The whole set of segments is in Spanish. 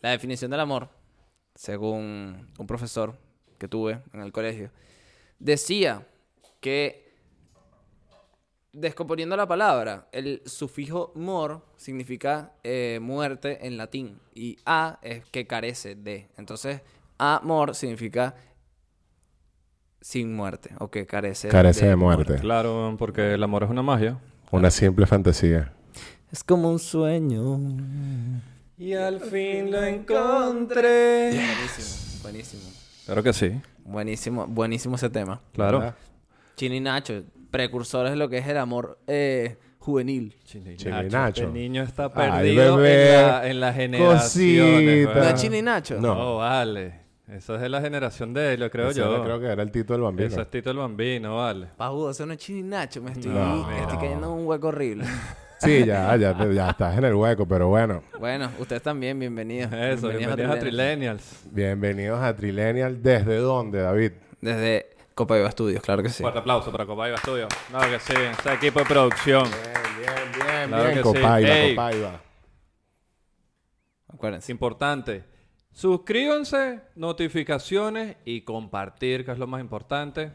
La definición del amor, según un profesor que tuve en el colegio, decía que, descomponiendo la palabra, el sufijo mor significa eh, muerte en latín y a es que carece de. Entonces, amor significa sin muerte o que carece, Carece de muerte. Claro, porque el amor es una magia. Una simple fantasía. Es como un sueño. Y al fin lo encontré. Buenísimo, buenísimo. Claro que sí, Buenísimo, buenísimo ese tema. claro. ¿Verdad? Chino y Nacho, precursores de lo que es el amor eh, juvenil. Chino y Nacho. Este niño está Ay, perdido bebé. en la, en la generación. Cosita. ¿No Ah. es Chino y Nacho? No. No, vale. Eso es de la generación de él, lo creo Ese yo. era- creo que era el título del bambino. Eso es Tito el Bambino, vale. Pau, eso no es Chino y Nacho. Me estoy, No. me estoy cayendo en un hueco horrible. Sí, ya, ya, te- ya estás en el hueco, pero bueno. bueno, ustedes también, bienvenidos. Eso, bienvenidos a Trilenials. Bienvenidos a Trilenial. ¿Desde dónde, David? Desde Copa Viva Estudios, claro que sí. Fuerte aplauso para Copaiba Studio. Claro que sí, ese equipo de producción. Bien, bien, bien. Claro que sí. Copaiba, Ey. Ah, Copaiba. Acuérdense. Importante. Suscríbanse, notificaciones y compartir, que es lo más importante.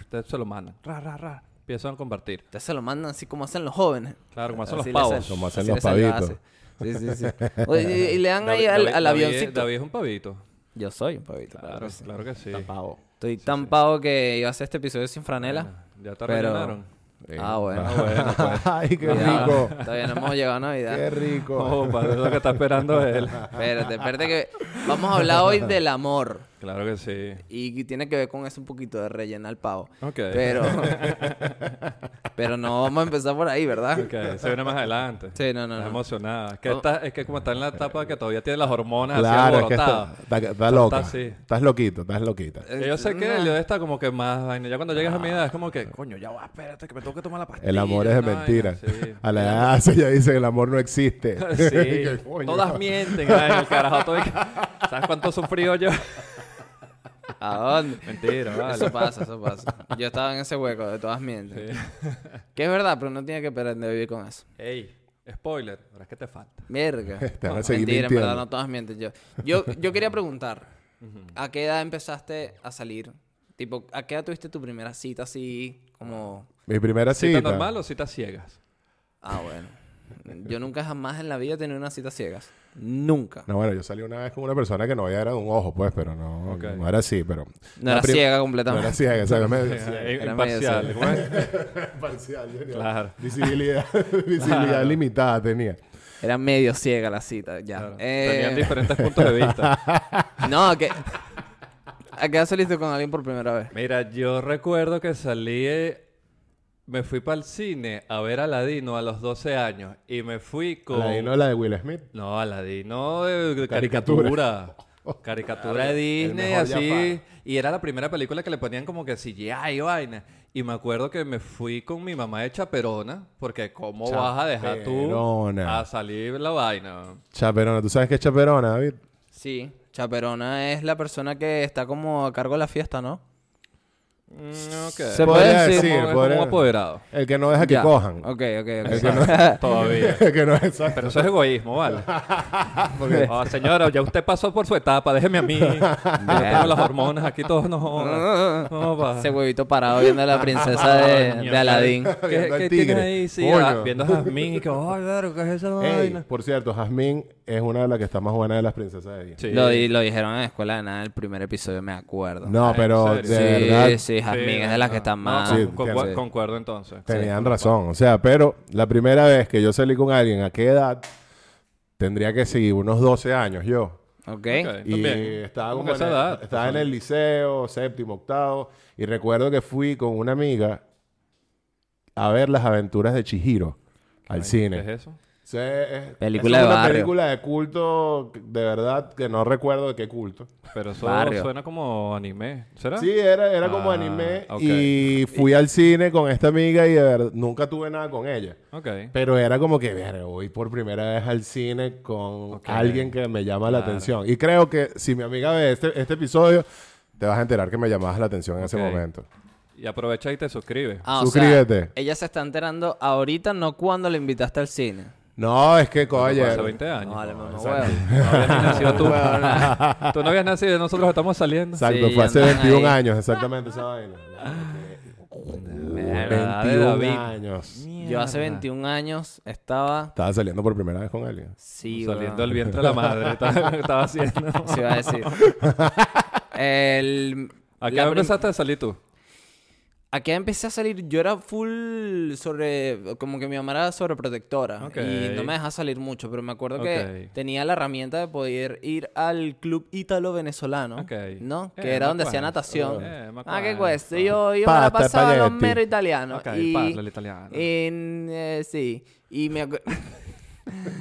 Ustedes se lo mandan. Ra, ra, ra. Empiezan a compartir. Ustedes se lo mandan así como hacen los jóvenes. Claro, como hacen los Así le pavos. Como hacen así los les sale la pavitos. base. Sí, sí, sí. Oye, y, y le dan ahí al, al David- avioncito. David es un pavito. Yo soy un pavito. Claro, que sí. claro que sí. Tan pavo. Estoy tan pavo que iba a hacer este episodio sin franela. Ya te Pero- rellenaron. Ah, bueno. pues. pues. Ay, qué Cuidado, rico. Todavía no hemos llegado a Qué Navidad. rico. Oh, para lo que está esperando él. Espérate, espérate que vamos a hablar hoy del amor. Claro que sí. Y tiene que ver con eso un poquito de rellenar el pavo. Ok. Pero. pero no vamos a empezar por ahí, ¿verdad? Ok, se viene más adelante. Sí, no, no, Está no. emocionada. Es que, está- es que como está en la etapa que todavía tiene las hormonas Claro, así es que está, alborotadas. está, está loca. así. Estás loquito, estás loquita. Eh, Yo sé que nah. él está como que más vaina. Ya cuando llegas a mi edad es como que, coño, ya va, espérate, que me tengo que tomar la pastilla. El amor es de una mentira. vaina, A la edad se ya dicen el amor no existe. Sí. ¿Qué Sí. coño? Todas mienten. Ay, el carajo, todo- ¿Sabes cuánto sufrió yo? ¿A dónde? mentira, vale. Eso pasa, eso pasa. Yo estaba en ese hueco, de todas mientes. Que es verdad, pero no tiene que aprender a vivir con eso. Ey, spoiler, ahora es que te falta. Verga. Te van a No, seguir Mentira, en verdad, mintiendo. no todas mientes. Yo, yo, yo quería preguntar, ¿a qué edad empezaste a salir? Tipo, ¿a qué edad tuviste tu primera cita así como... Mi primera ¿Cita cita. normal o cita ciegas? Ah, bueno. Yo nunca jamás en la vida he tenido una cita ciegas. Nunca. No, No, bueno, yo salí una vez con una persona que no veía era de un ojo, pues, pero no, Ok. no era así, pero... la era prim- ciega No completamente. era ciega, ¿sabes? Medio ciega. Eh, era Imparcial. medio ¿cómo es? Parcial, yo ni- Claro. Visibilidad, visibilidad limitada tenía. Era medio ciega la cita, ya. Claro. Eh, Tenían diferentes puntos de vista. no, ¿a qué, ¿a qué edad saliste con alguien por primera vez? Mira, yo recuerdo que salí, eh, me fui para el cine a ver a Aladino a los 12 años y me fui con... La, no, la de Will Smith. No, Aladino de, de Caricatura. caricatura. Caricatura de Disney, mejor así. Jafar. Y era la primera película que le ponían como que CGI y vaina. Y me acuerdo que me fui con mi mamá de chaperona, porque ¿cómo vas a dejar tú Chaperona. a salir la vaina? Chaperona. ¿Tú sabes qué es chaperona, David? Sí. Chaperona es la persona que está como a cargo de la fiesta, ¿no? Mm, ok. Se puede Podría decir, como- como podría- apoderado. El que no deja que Ya. cojan. Ok, ok, ok. El que no, Todavía. el que no exacto. Pero eso es egoísmo, ¿vale? Porque- Oh, señora, ya usted pasó por su etapa, déjeme a mí. Yo tengo las hormonas, aquí todos nos jodan. No, va. Ese huevito parado viendo a la princesa de, Coño, de Aladdin. Ah, ¿Qué, Viendo qué al tienes tigre. ahí? Sí, Coño. ah, viendo a Jasmine y que, ay, claro, ¿qué es esa Ey, vaina? por cierto, Jasmine es una de las que está más buena de las princesas de Disney. Sí. Lo, di- lo dijeron en la escuela de nada en el primer episodio, me acuerdo. No, ¿en pero de serio? sí, verdad sí, Jasmine Sí, es de las no, que están Ah, no, más. sí, con- con- tiene- Concuerdo entonces. tenían razón. O sea, pero la primera vez que yo salí con alguien, ¿a qué edad? Tendría que seguir unos 12 años yo. Ok. Ok. Y También. estaba, Como como que esa en el- edad. estaba en el liceo, séptimo, octavo. Y recuerdo que fui con una amiga a ver las aventuras de Chihiro al cine. ¿Qué es eso? Sí, es, Película es de una barrio. película de culto, de verdad, que no recuerdo de qué culto. Pero eso Barrio. suena como anime, ¿será? Sí, era, era como Ah, anime. ok. Y fui al cine con esta amiga y de verdad, nunca tuve nada con ella. Ok. Pero era como que, ver, voy por primera vez al cine con alguien que me llama la atención. Y creo que si mi amiga ve este, este episodio, te vas a enterar que me llamabas la atención en ese Ok. momento. Y aprovecha y te suscribes. Ah, o sea, Suscríbete. ella se está enterando ahorita, no cuando la invitaste al cine. No, es que, coño. Hace 20 años. No, vale, mamá, exacto. huevo. No habías ni nacido tú. Huevona. Tú no habías nacido, nosotros estamos saliendo. Exacto, Sí, fue hace andan 21 ahí. años, exactamente esa vaina. Mierda, de 21 David. años. Yo hace 21 años estaba. Estaba saliendo por primera vez con alguien. Sí, Saliendo huevón. del vientre de la madre. Estaba, estaba haciendo. Se iba a decir. El, ¿A qué la hora prim- empezaste a salir tú? ¿A qué empecé a salir? Yo era full sobre... Como que mi mamá era sobreprotectora. Ok. Y no me dejaba salir mucho. Pero me acuerdo que Ok. tenía la herramienta de poder ir al club ítalo-venezolano. Ok. ¿No? Eh, que era me donde hacía acuerdo. natación. Eh, me ah, qué acuerdo. cuesta. Y Yo iba a la Pasta, pasada los espagueti. meros italianos. Ok, y... Pablo, el italiano. en, eh, sí. Y me acuerdo...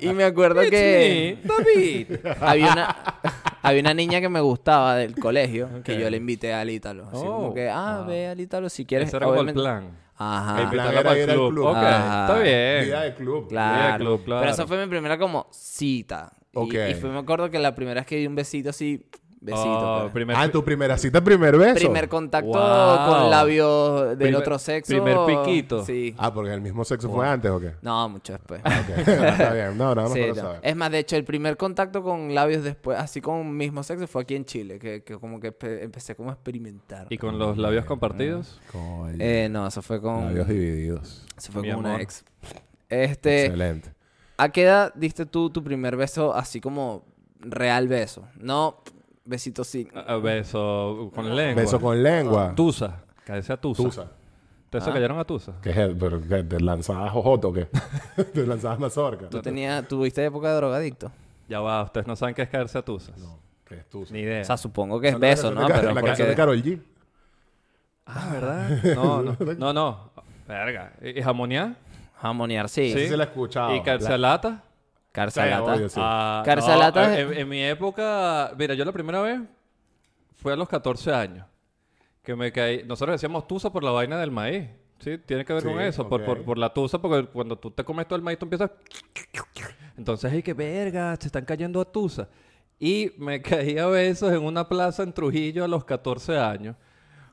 y me acuerdo que... David. había una había una niña que me gustaba del colegio que Ok. yo le invité al Ítalo así como Oh. que ah, Ah. ve al Ítalo si quieres Ese era como el obviamente". plan. ajá El plan Invitarla era pa'l ir al club. Ok, Ah, Ajá. está Vida bien. de club. claro. el club, claro. pero esa fue mi primera como cita Y- Ok. y, fue me acuerdo que la primera vez que di un besito así besito Oh, pues. primer- Ah, tu primera cita, primer beso. primer contacto Wow. con labios del Primer- otro sexo primer piquito. Ah, sí Ah, porque el mismo sexo fue antes o qué? no mucho después Ok, Está bien, no, nada más Sí, para no. saber. Es más, de hecho, el primer contacto con labios después, así con mismo sexo, fue aquí en Chile, que, que como que empe- empecé como a experimentar. ¿Y con los Mm. labios compartidos? Coño, Eh, no, eso fue con, labios divididos. eso fue Mi con una amor. ex. Este, Excelente. ¿a qué edad diste tú tu primer beso así como real beso? No, besito sí. Ah, ah, Beso con lengua. Beso con lengua. Tusa. Cállese a Tusa. Tusa. ¿Ustedes Ah. se cayeron a Tusa? ¿Qué es el- pero qué, ¿Te lanzabas jojoto o qué? ¿Te lanzabas mazorca? ¿Tú tenías, tuviste época de drogadicto? Ya va, ustedes no saben qué es caerse a Tusas. ¿Qué es tusa? Ni idea. O sea, supongo que es beso, ¿no? La Pero canción de Car- La canción de porque- Karol G. Ah, ¿verdad? No, no, no. no. Verga. ¿Y y jamonear? jamonear, sí. Sí, se Ah, la escuchaba. ¿Y carcelata? Carcelata. obvio, sí. Ah, Carcelata no, es- en, en mi época, mira, yo la primera vez fue a los 14 años. Que me caí. Nosotros decíamos tusa por la vaina del maíz. Sí, tiene que ver Sí, con eso. Por, por, ok. por la tusa, porque cuando tú te comes todo el maíz, tú empiezas. Entonces, ay, que verga, se están cayendo a tusa. Y me caí a besos en una plaza en Trujillo a los 14 años.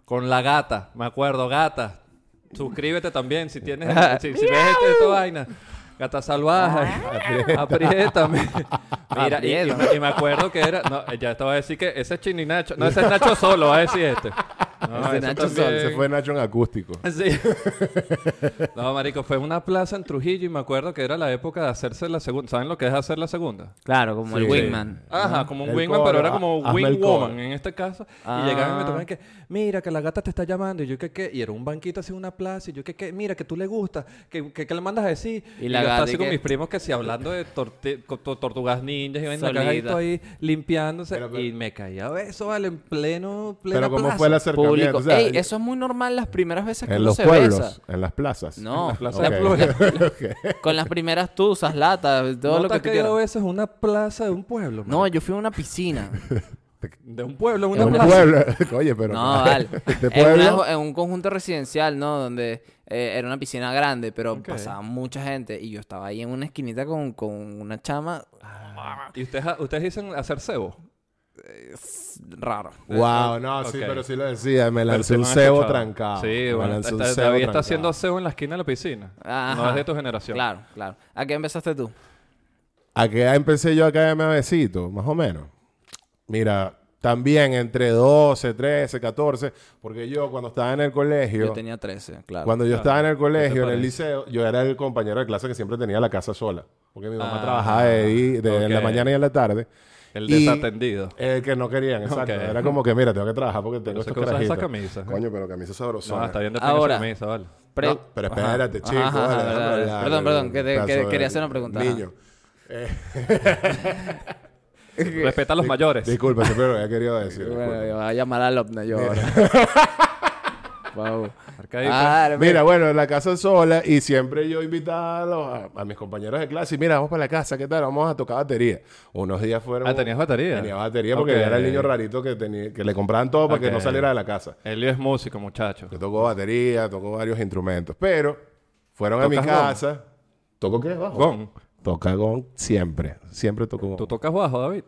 Con la gata, me acuerdo, gata. Suscríbete también si tienes. si, si ves este- esta vaina. Gata salvaje. Apriétame. Mira, y- y, Ah. Apriétame. me- y me acuerdo que era. No, ya estaba a decir que ese es Chini Nacho. No, ese es Nacho solo, va a decir este. No, Ese ese Nacho Sol, se también. fue Nacho en acústico. Sí. No, marico, fue una plaza en Trujillo y me acuerdo que era la época de hacerse la segunda. ¿Saben lo que es hacer la segunda? Claro, como el Sí. wingman. Ajá, como un El wingman, coro, pero era ha- como hazme el wingwoman coro. en este caso. Ah. Y llegaban y me tocaban que, mira, que la gata te está llamando. Y yo, que qué? Y era un banquito así en una plaza. Y yo, que qué? Mira, que tú le gustas. que que qué le mandas a decir? Y la yo estaba gata, ¿y así con qué? mis primos que sí, hablando de torte- co- to- tortugas ninjas. Y vaina, Solita. cajadito ahí, limpiándose. Pero, pero- y me caía eso, vale, en pleno, plena Pero ¿cómo plaza. fue el acercamiento? Público. O sea, Ey, eso es muy normal las primeras veces que en uno los se pueblos, besa. en las plazas. No, La plaza la- de la- con las primeras tuzas, latas, todo lo ¿No te que has tú caído quieras. eso en una plaza de un pueblo? No, yo fui a una piscina. De un pueblo, una En una un plaza. pueblo. Oye, pero. No, vale. De En, una- pueblo. en un conjunto residencial, ¿no? Donde eh, era una piscina grande, pero Ok. pasaba mucha gente. Y yo estaba ahí en una esquinita con, con una chama ¿Y ustedes, ustedes dicen hacer cebo? raro. Wow, no, sí, Eh, Ok. pero sí lo decía. Me Pero lanzó sí un lo han cebo escuchado. trancado. Sí, me bueno. lanzó ta- un ta- cebo David trancado. está haciendo cebo en la esquina de la piscina. No Ajá. es de tu generación. Claro, claro. ¿A qué empezaste tú? ¿A qué edad empecé yo a caerme a besito? Más o menos. Mira, también entre 12, 13, 14. Porque yo cuando estaba en el colegio. Yo tenía 13, claro. Cuando yo estaba en el ¿qué te colegio, en el parece? liceo, yo era el compañero de clase que siempre tenía la casa sola. Porque mi mamá Ah, trabajaba de, di- de en la ok. mañana y en la tarde. El Y- desatendido. El que no querían, exacto. Ok. Era como que, mira, tengo que trabajar porque tengo Pero sé estos que usas carajitos. esa camisa. Coño, pero camisa sabrosa. ¿eh? No, está bien de Ahora. Ahora. Mesa, vale. Pre- No, pero Ajá. espérate, Ajá, chico. ajá, vale, verdad, déjame verdad. hablar, Perdón, perdón, que te- pedazo que- de quería hacer una pregunta. ajá. Niño. Respeta a los mayores. Disculpa, siempre lo había querido decir. Bueno, disculpa. yo voy a llamar al OVNA yo ahora. Wow. Marca ahí, pues. Ah, Mira, bueno, en la casa sola y siempre yo invitaba a, los- a- a mis compañeros de clase y mira, vamos para la casa, ¿qué tal? Vamos a tocar batería. Unos días fueron... Ah, ¿tenías batería? Tenía batería porque Ok. era el niño rarito que, tenía, que le compraban todo para que no Ok. saliera de la casa. Elio es músico, muchacho. Yo tocó batería, tocó varios instrumentos, pero fueron a mi ¿Tocas gong? casa. ¿Tocó qué? Bajo. Gon, Toca gong siempre. Siempre tocó gong. tú tocas bajo, David.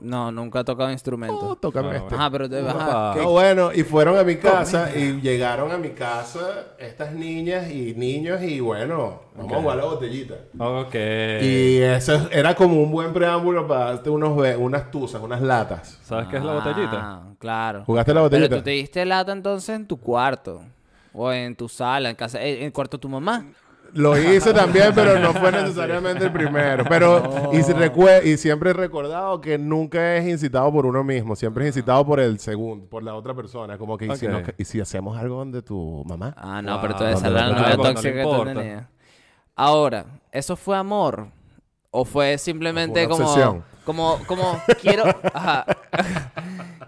No, nunca he tocado instrumento. No, tócame Ah, este. Ajá, pero te Papá. ajá. No, bueno, y fueron a mi casa y llegaron a mi casa estas niñas y niños y bueno, vamos a jugar a la botellita. Ok. Y eso era como un buen preámbulo para darte unos, be- unas tuzas, unas latas. ¿Sabes qué es la botellita? Ah, claro. ¿Jugaste la botellita? Pero tú te diste lata entonces en tu cuarto. O en tu sala, en casa, en el cuarto de tu mamá. Lo hice también, pero no fue necesariamente el primero. Pero, y, si recue- y siempre he recordado que nunca es incitado por uno mismo, siempre es incitado por el segundo, por la otra persona. Como que, ¿y, si, Ok. nos- y si hacemos algo donde tu mamá? Ah, no, Wow, pero tú esa no, era la no, novia no, no le tóxica que tú importa. tenías. Ahora, ¿eso fue amor? ¿O fue simplemente O fue una como, obsesión. como... Como quiero... ajá.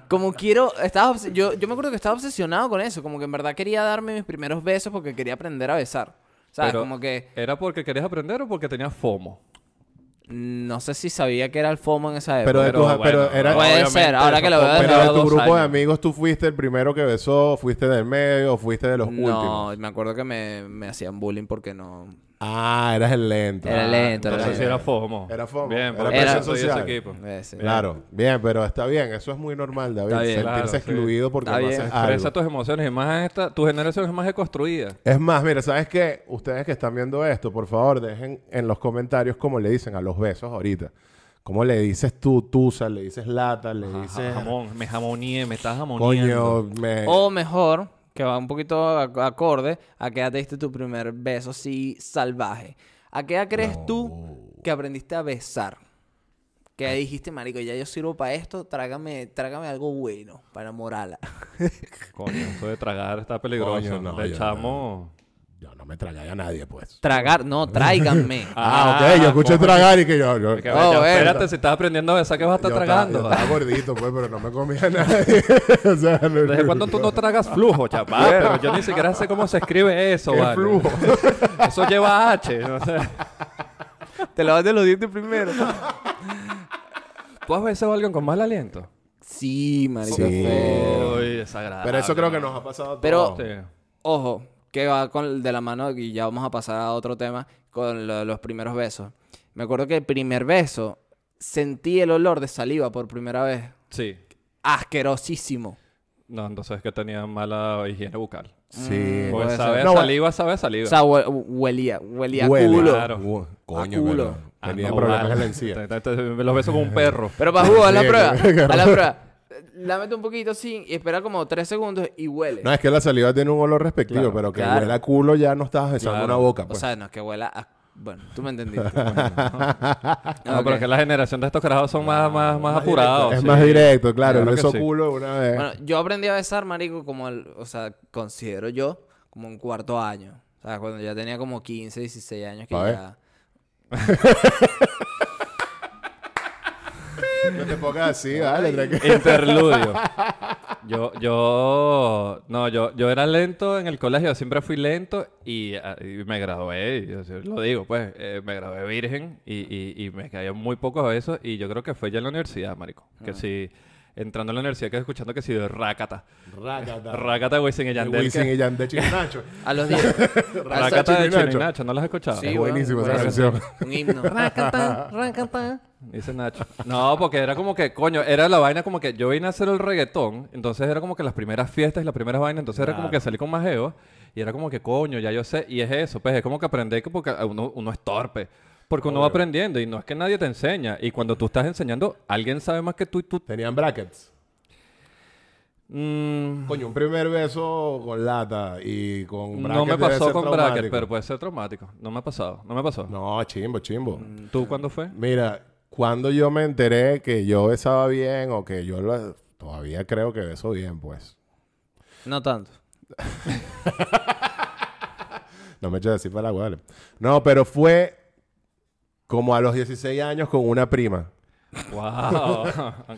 Como quiero... Estaba, obs- yo, yo me acuerdo que estaba obsesionado con eso. Como que en verdad quería darme mis primeros besos porque quería aprender a besar. ¿Sabes? Pero, como que... ¿Era porque querías aprender o porque tenías FOMO? No sé si sabía que era el FOMO en esa época. Pero, de Pero tus- pero bueno, era, Puede obviamente, ser, ahora que lo veo tampoco- desde pero de los tu Ah, dos grupo de años. amigos, tú fuiste el primero que besó, fuiste del medio, fuiste de los No, últimos. me acuerdo que me, me hacían bullying porque no... Ah, eras el lento. Era Ah, lento, No era sé si lento. era FOMO. Era FOMO, Bien, era porque presión yo soy de ese social. equipo. Eh, sí. Claro, bien, pero está bien, eso es muy normal, David, Está bien, sentirse claro, sí. excluido porque Está no bien. haces algo. Expresa tus emociones. Y más esta, tu generación es más deconstruida. Es más, mira, ¿sabes qué? Ustedes que están viendo esto, por favor, dejen en los comentarios cómo le dicen a los besos ahorita. ¿Cómo le dices tú, tusa? ¿Le dices lata? ¿Le dices... Jamón, me jamoneé, me estás jamoneando. Coño, me... O mejor, que va un poquito a- acorde, ¿a qué edad te diste tu primer beso así salvaje? ¿A qué edad crees tú que aprendiste a besar? Que dijiste, marico, ya yo sirvo para esto, trágame, trágame algo bueno para morala. Coño, eso de tragar está peligroso. Coño, no, de yo- chamo. Yo no me tragué a nadie, pues. Tragar, no, tráiganme. Ah, ok. Yo escuché pues, coño. tragar y que yo... yo- Que, yo Oh, ya, bueno. espérate, si estás aprendiendo a besar, ¿qué vas a estar estaba- tragando? yo Estaba gordito, pues, pero no me comía a nadie. o sea, no- ¿Desde cuándo tú no tragas flujo, chapá? Pero yo ni siquiera sé cómo se escribe eso, ¿Qué vale. flujo? Eso lleva H. no sé. Te lavas de los dientes primero. ¿Tú has besado a alguien con mal aliento? Sí, marico. Sí. feo. Uy, desagradable. Pero eso creo que nos ha pasado a Pero- todos. Sí. Ojo, que va con de la mano y ya vamos a pasar a otro tema con lo- los primeros besos. Me acuerdo que el primer beso sentí el olor de saliva por primera vez. Sí. Asquerosísimo. No, entonces es que tenía mala higiene bucal. Sí. puede Pues ser. sabe a No, saliva, sabe a saliva. O sea, hue- huelía, huelía a Huele. culo. Claro. Ua, Coño, culo. verdad. Ah, Tenía no, problemas vale. en la encía. Te- te- te- me Los beso con un perro. Pero para jugar, a la Sí, prueba. claro. A la prueba. Lámete un poquito así y espera como tres segundos y huele. No, es que la saliva tiene un olor respectivo, Claro, pero que claro. huela a culo ya no estabas besando Claro. una boca, o pues. sea, no es que huela a... Bueno, tú me entendiste. No, Ok. pero que la generación de estos carajos son más, más, más, apurados. es sí. más directo, claro. Claro el que beso sí. culo una vez. Bueno, yo aprendí a besar, marico, como al- o sea, considero yo, como un cuarto año. O sea, cuando ya tenía como 15, 16 años que Pa' ver. ya... No te pongas así, dale, tranquilo. Interludio. Yo, yo, no, yo, yo era lento en el colegio, siempre fui lento y, ah, y me gradué, y yo sí lo digo, pues, eh, me gradué virgen y, y- y me caían muy pocos besos y yo creo que fue ya en la universidad, marico. Ah. Que si, entrando a la universidad, que escuchando que si de rácata. Rácata. Rácata, Wisin y Yandel. Wisin que- y Yandel Chinacho. A los 10. a esa- Rácata de Chino y Chino y Nacho. Nacho, ¿no las has escuchado? Sí, Es weón, buenísima esa weón. canción. Un himno. Rácata, rácata. Dice Nacho. No, porque era como que, coño, era la vaina como que yo vine a hacer el reggaetón, entonces era como que las primeras fiestas y las primeras vainas, entonces era como que salí con más egos y era como que, coño, ya yo sé, y es eso, pues es como que aprender que porque uno, uno es torpe, porque uno va aprendiendo y no es que nadie te enseña, y cuando tú estás enseñando, alguien sabe más que tú y tú... Tenían brackets. Mm, Coño, un primer beso con lata y con brackets. no me debe pasó ser con traumático. brackets, pero puede ser traumático. No me ha pasado, no me pasó. No, chimbo, chimbo. ¿Tú cuándo fue? Mira, cuando yo me enteré que yo besaba bien o que yo lo- todavía creo que beso bien, pues. No tanto. No me eches a decir para vale. No, pero fue como a los 16 años con una prima. ¡Wow!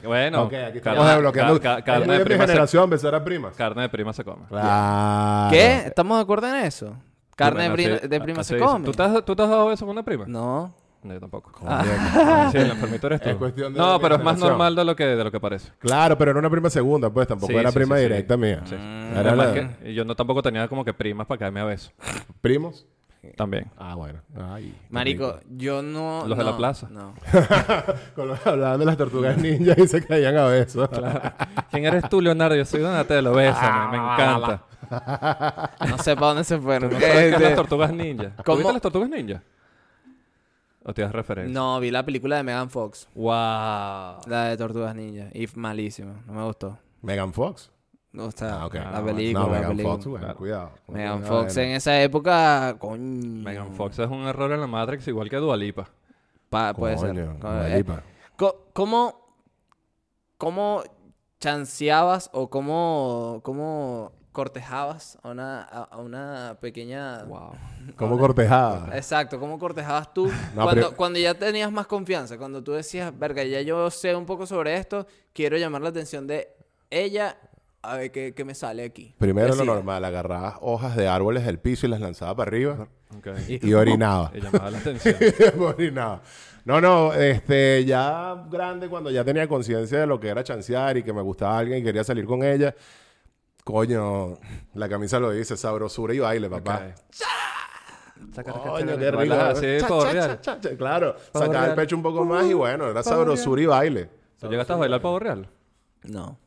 bueno, ok, aquí estamos carne- desbloqueando. ca- ca- Es muy carne, de de mi prima se, generación besar a primas. carne de prima se come. Claro. ¿Qué? ¿Estamos de acuerdo en eso? Carne Bueno, de, pri- sí, de prima así se dicen. come. ¿Tú te, has, ¿Tú te has dado beso con una prima? No. No, yo tampoco. Coño. Ah. Sí, el enfermito eres tú. Es cuestión de no, pero es más generación. normal de lo que, de lo que parece. Claro, pero era una prima segunda, pues tampoco Sí, era sí, prima sí, sí. directa mía. Sí. Era Además la- que yo no tampoco tenía como que primas para caerme a beso. primos. También. Ah, bueno. Ay, qué Marico, rico. yo no. Los de la no, plaza. No. Con lo que hablaban de las tortugas ninja y se caían a besos. ¿Quién eres tú, Leonardo? Yo soy Donatello. Bésame, me encanta. No sé para dónde se fueron. ¿No sabes qué es Este, las tortugas ninja? ¿Tú ¿Cómo? viste las tortugas ninja? ¿O te das referencia? no, vi la película de Megan Fox, ¡Wow! la de Tortugas Ninja. Y f- malísima, no me gustó. Megan Fox. O sea, Ah, ok. Ah, la bueno. película. no, la Megan película. Fox, bueno, cuidado. Megan Una Fox en vaina. esa época, coño. Megan Fox es un error en la Matrix, igual que Dualipa. Pa- puede Coño, ser. Co- Dua eh, Lipa. co- ¿Cómo, cómo chanceabas o cómo, cómo cortejabas a una, a a una pequeña... ¡Wow! Como cortejada. Exacto, ¿cómo cortejabas tú No, cuando, pero- cuando ya tenías más confianza? Cuando tú decías, verga, ya yo sé un poco sobre esto, quiero llamar la atención de ella, a ver qué, qué me sale aquí. Primero Que lo siga. normal, agarrabas hojas de árboles del piso y las lanzabas para arriba Ok. y orinabas. Y llamaba la atención. Orinabas. No, no, este, ya grande, cuando ya tenía conciencia de lo que era chancear y que me gustaba alguien y quería salir con ella, coño, la camisa lo dice, sabrosura y baile, papá. Ok. Coño, qué rico. ¿eh? Bailas así, Cha, todo cha, real. cha, cha, cha. Claro, Pavo sacaba el real. pecho un poco más y bueno, era sabrosura y baile. ¿Tú llegaste a bailar pavo real? No.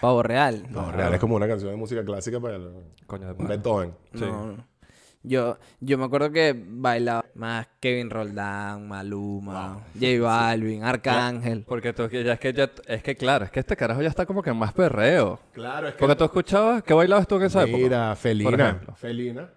Pavo real. No, real es como una canción de música clásica para el- Coño de un pana. Beethoven. Sí. No, no. Yo, yo me acuerdo que bailaba más Kevin Roldán, Maluma, J Balvin, Arcángel. Porque tú, que ya es que ya, es que claro, es que este carajo ya está como que más perreo. Claro, es Porque tú escuchabas, ¿qué bailabas tú en esa época? Mira, Por felina. ejemplo. Felina.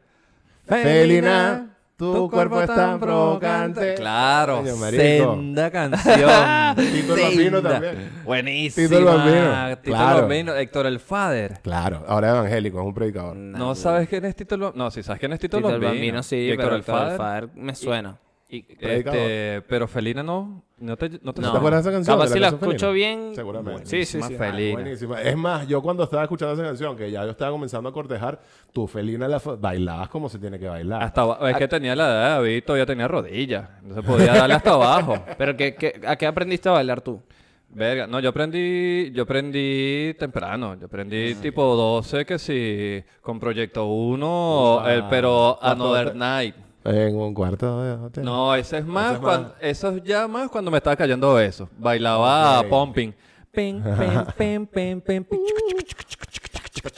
Felina, Felina, tu cuerpo es tan provocante. Claro, Coño, marico. senda canción. Tito el Bambino Senda. también. Buenísima. Tito el Bambino. Tito el Claro. Bambino, Héctor el Fader. Claro, ahora es evangélico, es un predicador. No, sabes quién es Tito el Bambino. No, sí sabes quién es Tito, Tito el el Bambino. Bambino, sí, Y Héctor pero el Fader. me suena. Y, Predicador. este, pero Felina no. No te, no te No. ¿Te acuerdas de esa canción? Capaz de si la canción escucho Felina? bien, Seguramente. Sí, sí, Más sí. Felina. Buenísima. Es más, yo cuando estaba escuchando esa canción, que ya yo estaba comenzando a cortejar, tu felina la fa- bailabas como se tiene que bailar. Hasta aba- Ah. es que tenía la edad de David, todavía tenía rodillas. No se podía darle hasta abajo. Pero ¿qué, qué- ¿a qué aprendiste a bailar tú? Verga, no, yo aprendí, yo aprendí temprano, yo aprendí tipo 12 que sí, con Proyecto 1, Ah, el, pero ¿cuánto Another te- Night. En un cuarto de hotel. No, ese es más, Ese es cuan- más. eso es ya más cuando me estaba cayendo eso. Bailaba Ok. pumping. Ping, ping, ping, ping, ping, ping.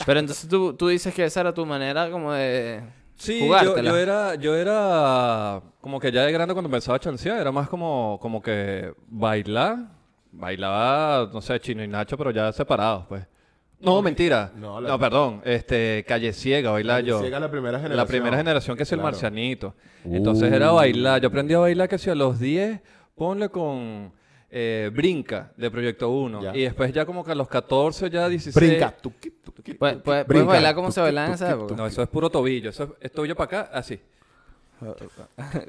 Pero entonces tú, tú dices que esa era tu manera como de Sí, yo, jugártela. yo era, yo era como que ya de grande cuando empezaba a chancear, era más como, como que bailar, bailaba, no sé, Chino y Nacho, pero ya separados, pues. No, mentira. no, No, la- perdón. Este, Calle Ciega, bailaba yo. Llega la primera generación. La primera generación que es el Claro. marcianito. Entonces era Uh. bailar. Yo aprendí a bailar que si a los 10, ponle con eh, Brinca de Proyecto 1. Ya. Y después ya como que a los 14, ya 16. Brinca. tuqui, tuqui, Pu- pu- tuqui, Pues, ¿Puedes brinca, bailar como se tuqui, bailaba en esa tuqui, época? No, eso es puro tobillo. Eso es, es tobillo para acá, así.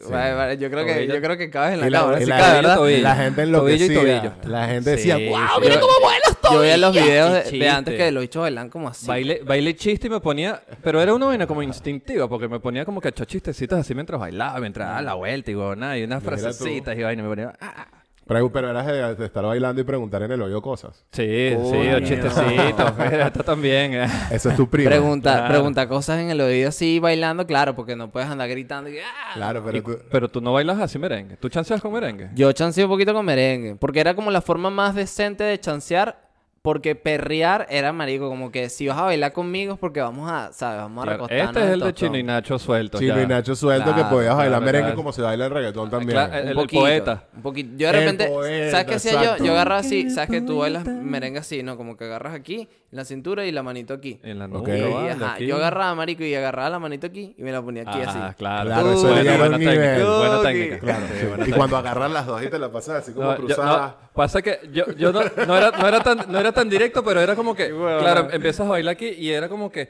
Vale, vale, yo, creo que, yo creo que cabes en la Y la, cámara. y sí la- cabe, cabello, ¿verdad? tobillo. la gente Tobillo y enloquecía. tobillo. La gente decía, Sí, wow, sí. mira cómo mueven los tobillos! Yo veía los videos de- de, chiste. antes que los bichos bailan como así. Baile, baile chiste y me ponía, pero era una vaina como instintiva, porque me ponía como que a echar chistecitos así mientras bailaba, mientras daba la vuelta y nada, y unas Mira tú. frasecitas y vaina, me ponía, ah, ah. Pero, pero eras de, de estar bailando y preguntar en el oído cosas. Sí, sí, Coño. los chistecitos, mira, esto también. eh. Eso es tu primo. Pregunta, Claro. pregunta cosas en el oído así bailando, claro, porque no puedes andar gritando y ¡ah! Claro, pero tú... Pero tú no bailas así merengue, tú chanceas con merengue. Yo chanceé un poquito con merengue, porque era como la forma más decente de chancear, porque perrear era marico, como que si vas a bailar conmigo es porque vamos a, ¿sabes? Vamos a Claro, recostarnos. Este es el de tostón. Chino y Nacho suelto. Chino ya. y Nacho suelto que Claro, eh, podías bailar claro, merengue claro. como se baila el reggaetón también. claro, Un El- el poquito, poeta. Un poquito. Yo de El repente, poeta, ¿sabes qué hacía yo? exacto. Yo agarraba así, ¿sabes que tú bailas merengue así, no? Como que agarras aquí, la cintura y la manito aquí. En la Ok. nuca, Y, vale, ajá, aquí. yo agarraba, marico, y agarraba la manito aquí y me la ponía aquí Ah, así. claro. Claro, eso buena, ya era buena un técnica, nivel. buena Ok. técnica. Claro, Sí, sí. buena Y cuando agarras las dos y te la pasas así como No, yo- cruzada. no, pasa que yo, yo no, no era, no, era tan, no era tan directo, pero era como que, claro, empiezas a bailar aquí y era como que,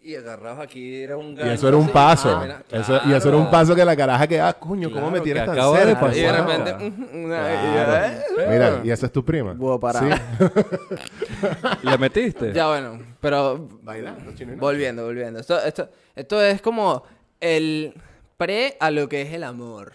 y agarrabas aquí, era un Y gancho eso era un así. paso. Ah, mira, Eso- y eso era un claro. paso que la caraja que, ah, coño, ¿cómo Claro, me tienes que tan acaba de cerca? Y de pasar. Wow. repente, una- y Claro. ya, ¿eh? Mira, y esa es tu prima. Huevo parado. ¿Le metiste? Ya bueno, pero Bailando, chino. y no. Volviendo, volviendo. Esto, esto, esto es como el pre a lo que es el amor.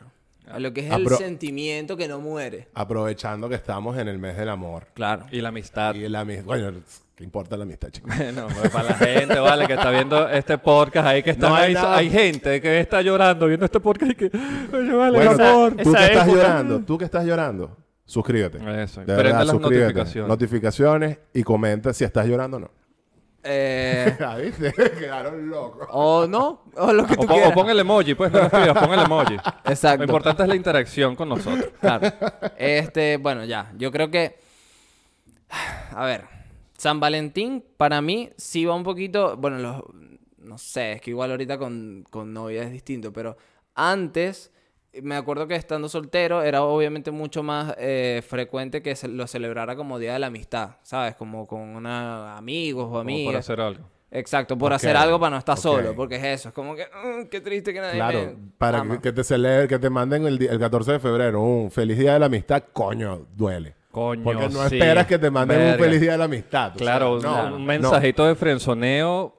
A lo que es Ah, el pero- sentimiento que no muere. Aprovechando que estamos en el mes del amor. Claro. Y la amistad. Y la misma. Bueno, ¿Qué importa la amistad, chicos? Bueno, pues, para la gente, vale, que está viendo este podcast ahí, que está No hay ahí, nada. hay gente que está llorando viendo este podcast y que, oye, vale, Bueno, mi amor. tú esa que estás época. llorando, tú que estás llorando, suscríbete. Eso, De prende las notificaciones. Notificaciones y comenta si estás llorando o no. Eh, Ah, ¿Viste? Quedaron locos. o no, o lo que tú O, pon- o quieras. pon el emoji, pues, no lo escribas, pon el emoji. Lo Exacto. importante es la interacción con nosotros. Claro. Este, bueno, ya. Yo creo que. A ver. San Valentín, para mí, sí va un poquito. Bueno, los. No sé, es que igual ahorita con, con novia es distinto, pero antes. Me acuerdo que estando soltero era obviamente mucho más eh, frecuente que se lo celebrara como Día de la Amistad, ¿sabes? Como con una, amigos o Como amigas. por hacer algo. Exacto, por Ok, hacer algo para no estar ok. solo, porque es eso, es como que, "Mm, qué triste que nadie Claro, me para ama". que, que te celebre, que te manden el, di- el 14 de febrero un feliz día de la amistad, coño, duele. Coño, Porque no sí. esperas que te manden un Verga. feliz día de la amistad. o sea, Claro, un- no, un no. mensajito de frenzoneo.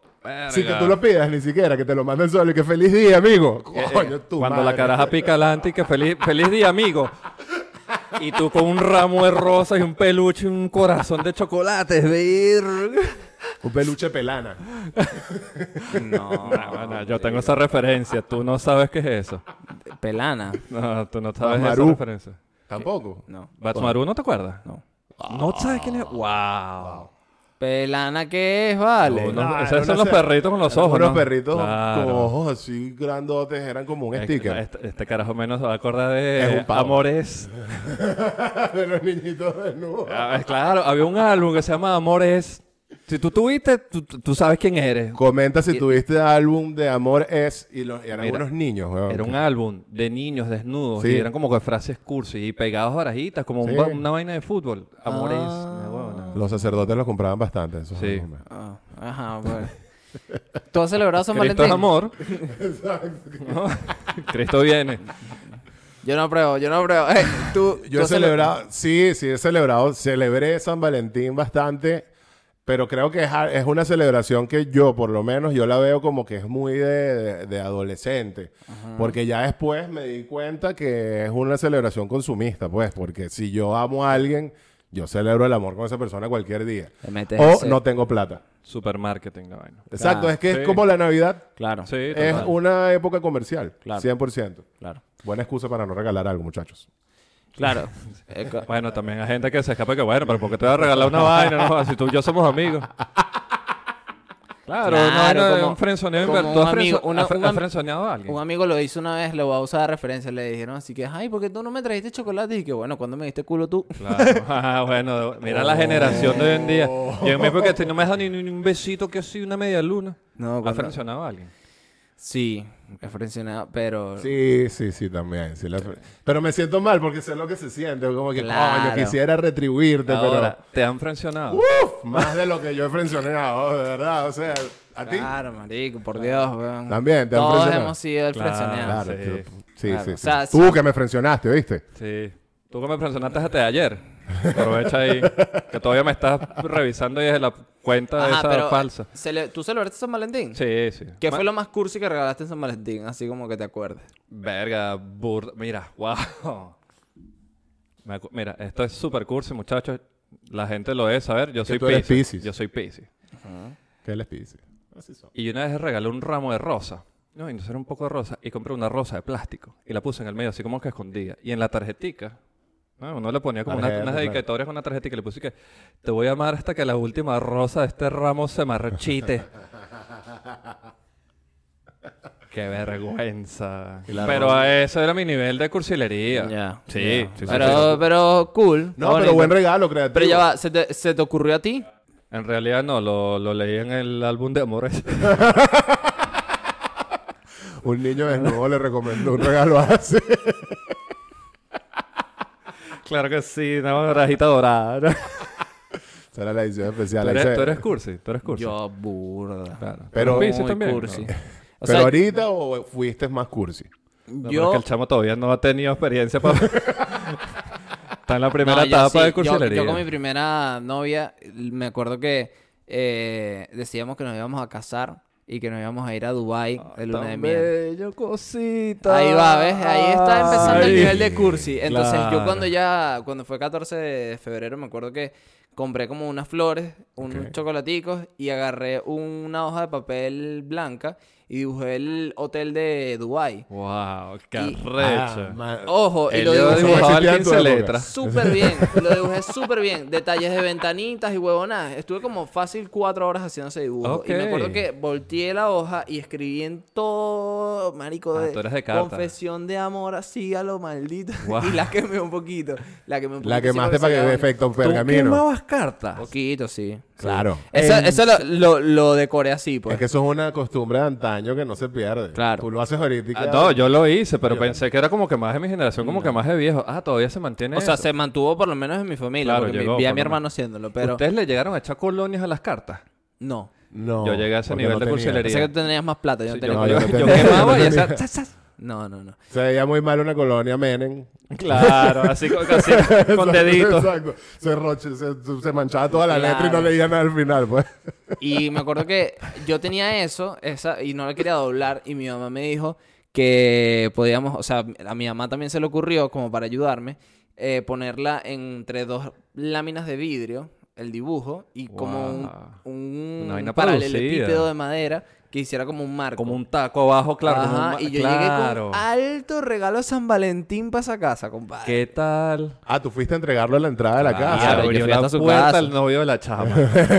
Sin que verga. tú lo pidas ni siquiera, que te lo manden solo y que feliz día, amigo. Eh, eh, Coño, tú. cuando la caraja pica adelante y que feliz, feliz día, amigo. Y tú con un ramo de rosas y un peluche y un corazón de chocolates, verga. Un peluche pelana. No, Ah, bueno, yo tengo esa referencia. Tú no sabes qué es eso. pelana. No, tú no sabes Maru. esa referencia. Tampoco. No. ¿Batsmaru no te acuerdas? No. ¿No sabes quién es? ¡Wow! Pelana que es, vale. No, No, no, Ah, esos era son una los ce- perritos con los eran ojos, Unos ¿no? perritos Claro. con ojos así grandotes, eran como un Es- sticker. Este, este carajo menos se va a acordar de Es un pavo. Amores. de los niñitos desnudos. Ah, claro, había un álbum que se llama Amores. Si tú tuviste, tú, tú- tú sabes quién eres. Comenta si tuviste álbum de amor es y, los, y eran Mira, unos niños, weón. Era un álbum de niños desnudos Sí. y eran como que frases cursi y pegados barajitas, como un Sí. Ah. ba- una vaina de fútbol. Amores. una huevona. Los sacerdotes los compraban bastante. Esos Sí. álbumes. Ah, ajá, bueno. ¿Tú has celebrado San Cristo Valentín? es amor. ¿No? Cristo viene. Yo no apruebo, yo no apruebo. Eh, tú, Yo tú he has cele- celebrado, sí, sí, he celebrado, celebré San Valentín bastante, pero creo que es, a- es una celebración que yo, por lo menos, yo la veo como que es muy de, de- de adolescente, porque ya después me di cuenta que es una celebración consumista, pues, porque si yo amo a alguien, yo celebro el amor con esa persona cualquier día. Te metes O ese- no tengo plata. Supermarketing la vaina. Exacto, Claro. es que Sí. es como la Navidad, Claro, Sí, es total. una época comercial, Claro. 100%. claro. Buena excusa para no regalar algo, muchachos. Claro. Eh, co- Bueno, también hay gente que se escapa que, bueno, pero ¿por qué te voy a regalar una vaina? No, si tú y yo somos amigos. Claro, una vaina de como- un frenzoneo como inver- ¿Tú un has amigo, frenzo- una- has fre- un has am- frenzoneado a alguien? Un amigo lo hizo una vez, lo va a usar de referencia. Le dijeron así que, ay, ¿por qué tú no me trajiste chocolate? Y que, bueno, cuando me diste culo tú? Claro. Ah, bueno, mira la generación de hoy en día. Yo en mi época este no me dejan ni, ni un besito que así, una media luna. No, ¿Has cuando- frenzoneado a alguien? Sí, referenciado, pero... Sí, sí, sí, también. sí, la- Pero me siento mal porque sé lo que se siente. Como que, Claro. coño, quisiera retribuirte, Ahora, ¿te han frencionado? pero... ¡Uf! Más de lo que yo he frencionado, de verdad. O sea, a ti... Claro, marico, por Dios, weón. También, te han Todos frencionado. hemos sido el Claro. frenzoneado. Claro, Sí. tú- sí, Claro. sí, O sí. sea, Tú sí. que me frencionaste, ¿viste? Sí. Tú que me frencionaste hasta ayer. Aprovecha ahí. Que todavía me estás revisando desde la cuenta de Ajá, esa pero, eh, falsa. cele- ¿Tú celebraste San Valentín? Sí, sí. ¿Qué Ma- fue lo más cursi que regalaste en San Valentín? Así como que te acuerdes. Verga, burda. Mira, wow. Me acu- Mira, esto es super cursi, muchachos. La gente lo debe saber. Yo soy tú eres Piscis. Piscis. Yo soy Piscis. ¿Qué les pide? Así son. Y una vez regalé un ramo de rosa. No, y entonces era un poco de rosa. Y compré una rosa de plástico. Y la puse en el medio, así como que escondida. Y en la tarjetica, ¿no? uno le ponía como una- Tarjeta, unas claro. dedicatorias con una tarjetica. Y le puse que te voy a amar hasta que la última rosa de este ramo se marchite. Qué vergüenza. la Pero eso era mi nivel de cursilería. Ya. Sí, Ya. sí, sí, pero, sí. pero cool. No, pero bonito. buen regalo, creativo. Pero ya va, ¿se te, se te ocurrió a ti? En realidad no, lo, lo leí en el álbum de amores. Un niño desnudo le recomendó un regalo así. claro que sí, una rajita dorada. Será la edición especial. tú, ahí eres, se- tú eres cursi, tú eres cursi. Yo, burda. Claro. Pero- Pero Muy también. cursi. O ¿Pero sea, ahorita o fuiste más cursi? Yo... yo... el chamo todavía no ha tenido experiencia para... Está en la primera No, yo etapa sí, de yo- cursilería. Yo, con mi primera novia, me acuerdo que eh, decíamos que nos íbamos a casar y que nos íbamos a ir a Dubai Ah, el luna de miel. cosita. Ahí va, ¿ves? Ahí está empezando el nivel de cursi. Entonces, yo claro. cuando ya, cuando fue 14 de febrero, me acuerdo que compré como unas flores, unos Ok. chocolaticos y agarré una hoja de papel blanca y dibujé el hotel de Dubai. Wow, qué Y- Ah, arrecho. Ojo, y lo Él dibujó- dibujé Eso no dibujaba existía en tu 15 época. letras. súper bien, lo dibujé súper bien. Detalles de ventanitas y huevonadas. Estuve como fácil cuatro horas haciendo ese dibujo. Y me acuerdo Ok. que volteé la hoja y escribí en todo, marico, Ah, de, tú eres de carta. confesión de amor así a lo maldito. Guau. Y la quemé un poquito. La quemé un poquito. La sí, quemaste porque para que se dé veía efecto ¿Tú pergamino. quemabas cartas? Eh, bonito. Poquito, sí. Claro. Eso, En- eso lo, lo, lo decoré así, pues. Es que eso es una costumbre de antaño que no se pierde. Claro. Tú lo haces ahorita. Ah, no, yo lo hice, pero pensé que era como que más de mi generación, como que más de viejo. Ah, todavía se mantiene O sea, eso. se mantuvo por lo menos en mi familia. Claro, porque llegó, vi a mi por lo menos. hermano haciéndolo, pero ¿Ustedes le llegaron a echar colonias a las cartas? no. No, Yo llegué a ese porque nivel de tenía. O cursilería. sea que tú tenías más plata. Yo no Sí, tenía no, color. yo yo, no yo tenía- quemaba y yo no esa... tenía. zas, zas. No, no, no. Se veía muy mal una colonia Menem. Claro, así, con- así, con Exacto, deditos. Exacto. Se, roche- se- se manchaba toda la letra y no Claro. leía nada al final, pues. Y me acuerdo que yo tenía eso, esa, y no la quería doblar, y mi mamá me dijo que podíamos, o sea, a mi mamá también se le ocurrió, como para ayudarme, eh, ponerla entre dos láminas de vidrio, el dibujo, y como un, Guau. un Una vaina paralelepípedo producida. de madera que hiciera como un marco. Como un taco abajo, claro. como un Ajá, ma- y yo claro. llegué con alto regalo a San Valentín para esa casa, compadre. ¿Qué tal? Ah, Ah, tú fuiste a entregarlo a la entrada de la Claro, casa. yo abrió fui hasta la su puerta casa. el novio de la chama.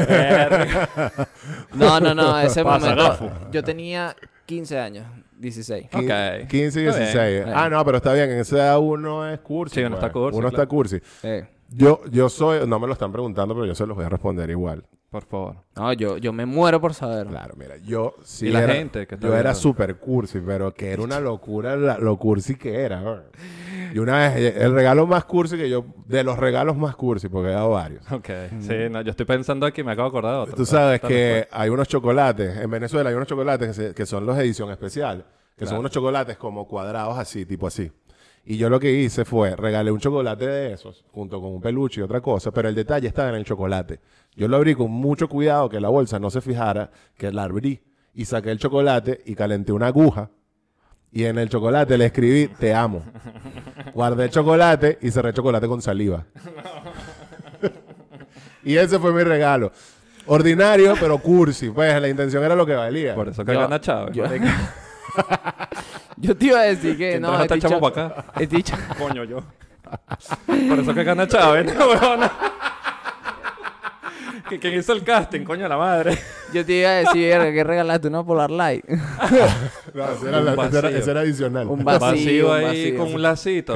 Verga. No, no, no, ese Pasa, momento. gafo. Yo tenía 15 años, 16. Quin- Ok. 15 y Está bien, 16. bien. Ah, no, pero está bien. En esa edad uno es cursi. Sí, uno pues. está cursi, Uno está claro. cursi. Eh, Yo, yo soy... No me lo están preguntando, pero yo se los voy a responder igual. Por favor. No, yo, yo me muero por saber. Claro, mira, yo sí Y la era, gente que está yo era viendo. super cursi, pero que era una locura la- lo cursi que era. bro. Y una vez, el regalo más cursi que yo, de los regalos más cursi, porque he dado varios. Ok. Sí, no, yo estoy pensando aquí, me acabo de acordar de otro. Tú sabes que hay unos chocolates, en Venezuela hay unos chocolates que, se- que son los de edición especial, que son unos chocolates como cuadrados así, tipo así. Y yo lo que hice fue, regalé un chocolate de esos, junto con un peluche y otra cosa, pero el detalle estaba en el chocolate. Yo lo abrí con mucho cuidado que la bolsa no se fijara, que la abrí y saqué el chocolate y calenté una aguja. Y en el chocolate le escribí, te amo. Guardé el chocolate y cerré el chocolate con saliva. y ese fue mi regalo. Ordinario, pero cursi. Pues la intención era lo que valía. Por eso que Yo- gana Chávez. yo- marico. Yo te iba a decir que Que no. entonces hasta este chamo- echamos pa' acá. este chamo- Coño, yo. Por eso que gana Chávez, no, huevona. Que quien hizo el casting, coño, la madre. yo te iba a decir verga, que regalaste una Polar Light. No, ese era, la- Un ese era- vacío. ese era adicional. Un vacío, un ahí vacío. con un lacito.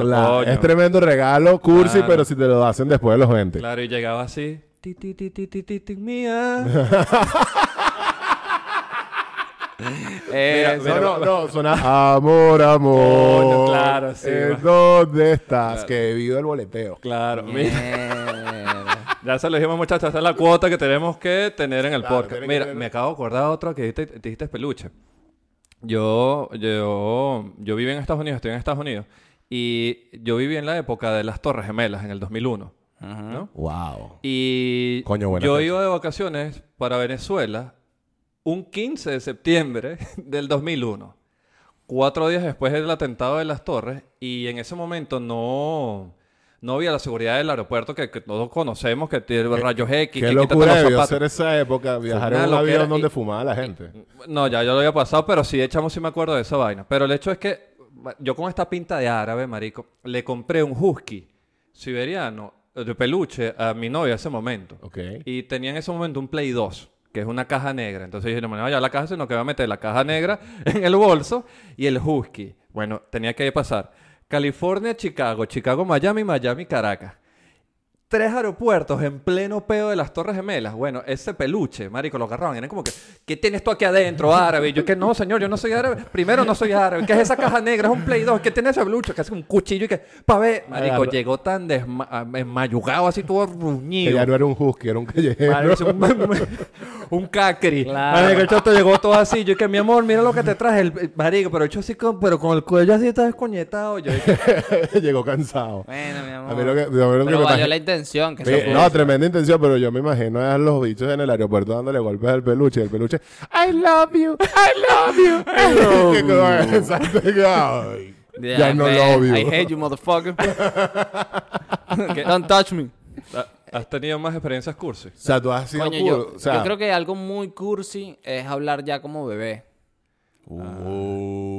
Claro, coño. es tremendo regalo, cursi, Claro. pero si te lo hacen después de los 20. Claro, y llegaba así. Ti, ti, ti, ti, ti, ti, ti, mía. Eh, Mira, Eh, No, no, no, suena amor, amor. Coño, claro, sí, ¿En va. ¿Dónde estás? Que vivo el boleteo. Claro, mira. mierda. Ya se lo dijimos, muchachos. Esa es la cuota que tenemos que tener en el Claro, podcast. tiene que Mira, tener- me acabo de acordar de otro que dijiste, dijiste peluche. Yo, yo, yo viví en Estados Unidos, estoy en Estados Unidos. Y yo viví en la época de las Torres Gemelas, en el 2001. ¿no? Wow. Y Coño, buena yo fecha. iba de vacaciones para Venezuela un 15 de septiembre del 2001. Cuatro días después del atentado de las torres. Y en ese momento no... No había la seguridad del aeropuerto que, que todos conocemos, que tiene rayos X, Qué que quítate locura los debió zapatos. ser esa época, viajar en Una un loquera avión y- donde fumaba la gente. No, ya yo lo había pasado, pero sí, echamos, sí me acuerdo de esa vaina. Pero el hecho es que ma- yo con esta pinta de árabe, marico, le compré un husky siberiano eh, de peluche a mi novia en ese momento. Ok. Y tenía en ese momento un Play 2, que es una caja negra. Entonces yo dije, no me voy a llevar la caja, sino que voy a meter la caja negra en el bolso y el husky. Bueno, tenía que pasar California, Chicago, Chicago, Miami, Miami, Caracas. Tres aeropuertos en pleno peo de las Torres Gemelas. Bueno, ese peluche, marico, lo agarraban. Eran como que, ¿qué tienes tú aquí adentro, árabe? Y yo, que no, señor, yo no soy árabe. Primero, no soy árabe. ¿Qué es esa caja negra? Es un Play 2. ¿Qué tiene ese peluche? Que hace un cuchillo y que, pa' ver. Marico, Agarra- llegó tan desma- desmayugado, así todo Que ruñido. ya no era un husky, era un callejero. Madre, es un, un cacri. Claro. Marico, el chato llegó todo así. Yo que mi amor, mira lo que te traje. El, el- marico, pero el chato así con, pero con el cuello así está descoñetado. Yo dije, Llegó cansado. Bueno, mi amor. A mí lo que, a mí lo que Pero me valió imagi- la intención. Que Oye, se no, pudo. tremenda intención, pero yo me imagino a los bichos en el aeropuerto dándole golpes al peluche. y El peluche, I love you, I love you. I love you. Exacto, que, ay, ya no man, lo odio. I hate you, motherfucker. Don't touch me. "Ah, ¿Has tenido más experiencias cursi? O sea, tú has sido Coño, cool, yo, o sea, yo creo que algo muy cursi es hablar ya como bebé. Ah. Uh,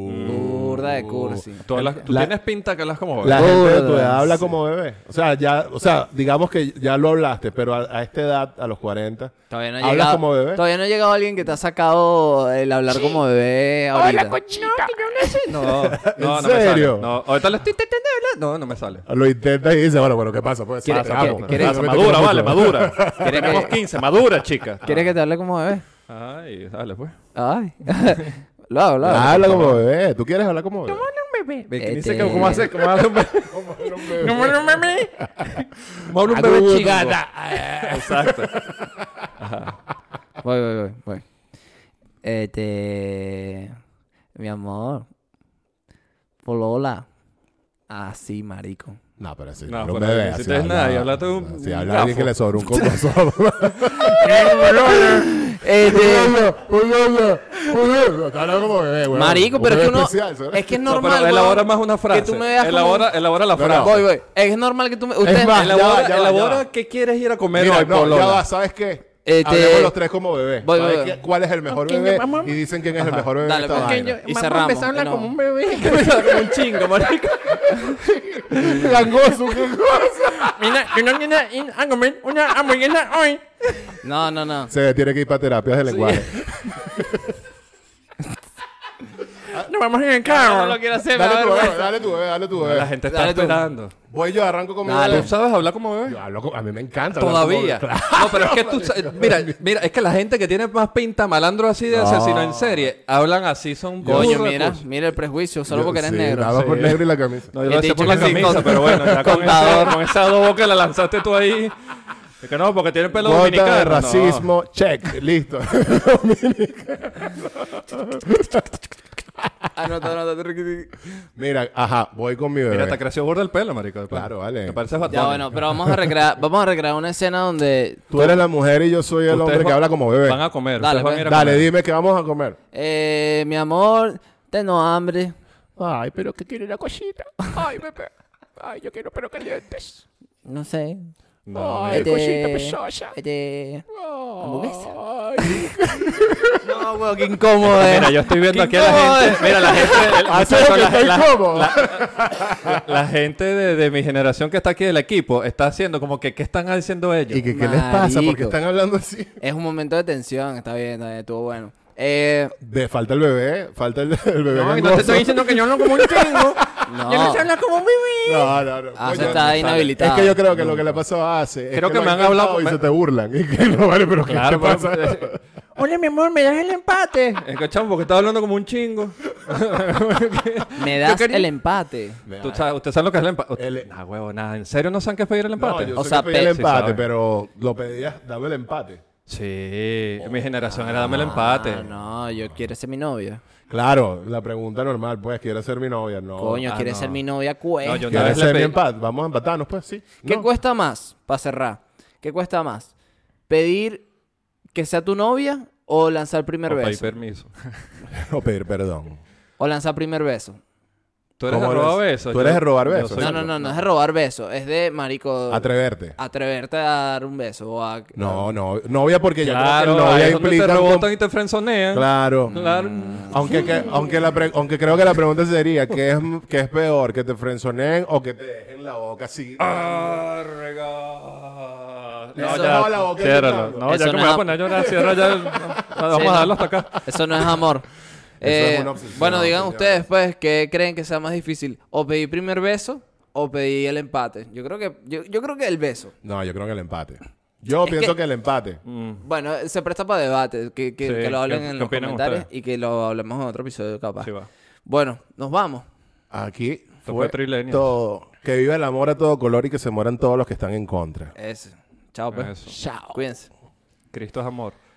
Burda de cursi. Tú, hablas- tú La- tienes pinta que hablas como... la Gorda, gente de tu edad habla sí. como bebé. O sea, ya, o sea, digamos que ya lo hablaste, pero a, a esta edad, a los 40, Todavía no ha hablas llegado, como bebé. Todavía no ha llegado alguien que te ha sacado el hablar como bebé ahorita. No, no, ¿En no me sale. serio? No, ahorita lo estoy intentando hablar. No, no me sale. Lo intentas y dices, bueno, bueno, ¿qué pasa? Pues, ¿Quieres- pasa, quieres- vamos, quieres- pasa, métete madura, un vale, poco. madura. ¿Quieres Tenemos que- 15, madura, chica. ¿Quieres que te hable como bebé? Ay, dale, pues. Ay. lo hago, lo hago. Habla como bebé. ¿Tú quieres hablar como bebé? Ve que Este- dice que cómo hace, cómo hace un bebé. ¿Cómo habla un bebé? ¿Cómo habla un Ah, bebé tú- chigata? Ah, Exacto. Voy, voy, voy, voy. Este. Mi amor. Polola. Así, marico. No, pero sí. No, habla un pero bebé. no así hiciste nada, y hablaste de un- Si un habla alguien gafo. que le sobra un copasón. Este. Habla como bebé, güey. Marico, Un pero es que bebé uno. especial, ¿sabes? Es que es No, normal. pero elabora weón, más una frase. Que tú me veas como- elabora, elabora la No, no. frase. Voy, voy. Es normal que tú me. Usted... más, ya Elabora, va, ya va, elabora ya va. qué quieres ir a comer Mira, hoy, no, Polola. ya va, ¿sabes qué? Este- Hablemos los tres como bebé. Voy, ¿Sabes voy, qué- voy. ¿Cuál es el mejor bebé? Y dicen quién es el mejor bebé de Dale, esta pues. vaina. Y cerramos. no. bebé. Que me saca un chingo, marico. Gangoso, qué cosa. Mira, yo no viene a comer una hamburguesa hoy. no, no, no. Se tiene que ir para terapias de lenguaje. Nos vamos en el carro. quiero hacer, Dale tu bebé, dale tu bebé, dale tu La bebé. gente está Dale tú. esperando. Voy yo, arranco con mi Dale. bebé. ¿Tú sabes hablar como bebé? Yo hablo como- a mí me encanta. hablar como Todavía. bebé. No, pero es que tú... sa- Mira, mira, es que la gente que tiene más pinta malandro así de asesino en serie, hablan así, son... Coño, burros de mira, cursi. mira el prejuicio, solo porque eres Sí, negro. Nada más por negro y la camisa. No, yo He lo sé dicho por la que sí, camisa, con- pero bueno, ya con, contador. esa, con esa adobo que la lanzaste tú ahí. Es que no, porque tiene pelo Cuota de dominicano. no. racismo, check, listo. Anota, anota. Mira, ajá, voy con mi bebé. Mira, te creció gordo el pelo, marico. después. Claro, vale. Me parece bastante. Ya, bueno, pero vamos a recrear, vamos a recrear una escena donde Tú eres la mujer y yo soy el hombre que habla como bebé. Van a comer. Dale, ustedes van a pues. ir a Dale, comer. dime que vamos a comer. eh, mi amor, tengo hambre. Ay, pero que quiere la cosita. Ay, bebé. Ay, yo quiero pero calientes. No sé. No, Ay, Este- cosita pesosa. este, hamburguesa. Ay, No, weón, qué incómodo. eh. Mira, yo estoy viendo Qué aquí a la incómodo, gente. eh. Mira, la gente. el- Hacer lo muchacho, que la, estoy la- como. la gente de, de mi generación que está aquí del equipo está haciendo como que, ¿qué están haciendo ellos? ¿Y que, qué les pasa? Porque Marico. están hablando así. Es un momento de tensión, está bien, está bien, estuvo bueno. Eh, Ve, falta el bebé, falta el, el bebé. gangoso. No, diciendo que yo no como un chingo. no, habla como un bebé. no, no, Ah, no. Ace Coño, está Es inhabilitada. que yo creo que lo que le pasó a Ace es Creo que lo me ha han intentado hablado y con- se te burlan. Y que no vale, pero ¿qué Claro, te pasa? pero- Oye, mi amor, me das el empate. Es que chamo, porque estaba hablando como un chingo. me das quería- el empate. ¿Tú sabes, ¿Usted sabe lo que es el empate? El- Ah, huevo, nada. ¿En serio no saben qué es pedir el No, empate? yo O sé sea, que pedí el pe- sí, empate, sabe. pero lo pedías, dame el empate. Sí, mi generación era dame el empate. Ah, no, yo quiero ser mi novia. Claro, la pregunta normal, pues, ¿quieres ser mi novia? No. Coño, ah, quiere no. ser mi novia, cuesta. No, yo Una ¿Quieres vez le ser mi pedí- empate? Vamos a empatarnos, pues, sí. ¿Qué No. cuesta más, para cerrar? ¿Qué cuesta más? ¿Pedir que sea tu novia o lanzar primer O pedí beso? permiso. O pedir perdón. O lanzar primer beso. ¿Tú eres de ¿Cómo robar eres? besos? ¿Tú eres de robar besos? soy- No, no, no, no es de robar besos. Es de, marico, Atreverte. Ah. atreverte a dar un beso. O a... No, no, novia porque ya Claro, creo que ahí novia es donde te implica un rebotan y te frenzonean. Claro. Claro. Mm. Aunque, que- aunque, la pre- aunque creo que la pregunta sería, ¿qué es, qué es peor? ¿Que te frenzoneen o que te dejen la boca así? Ah, rega. No, Eso- ya, No, la boca ciérralo. está No, Eso ya que no me voy es- a poner a llorar, cierra ya. el- Vamos no. a darlo hasta acá. Eso no es amor. Eh, es una obsesión, bueno, digan señor. ustedes, pues, ¿qué creen que sea más difícil? ¿O pedir primer beso o pedir el empate? Yo creo que, yo, yo creo que el beso. No, yo creo que el empate. Yo Es pienso que- que... el empate. Mm. Bueno, eh, se presta para debate, que, que- Sí, que lo hablen ¿qué- en qué los opinan comentarios ustedes? y que lo hablemos en otro episodio capaz. Sí, va. Bueno, nos vamos. Aquí fue fue Trilenio. todo. Que viva el amor a todo color É y que se mueran todos los que están en contra. É Eso. Chao, pues. Eso. Chao. Cuídense. Cristo es amor.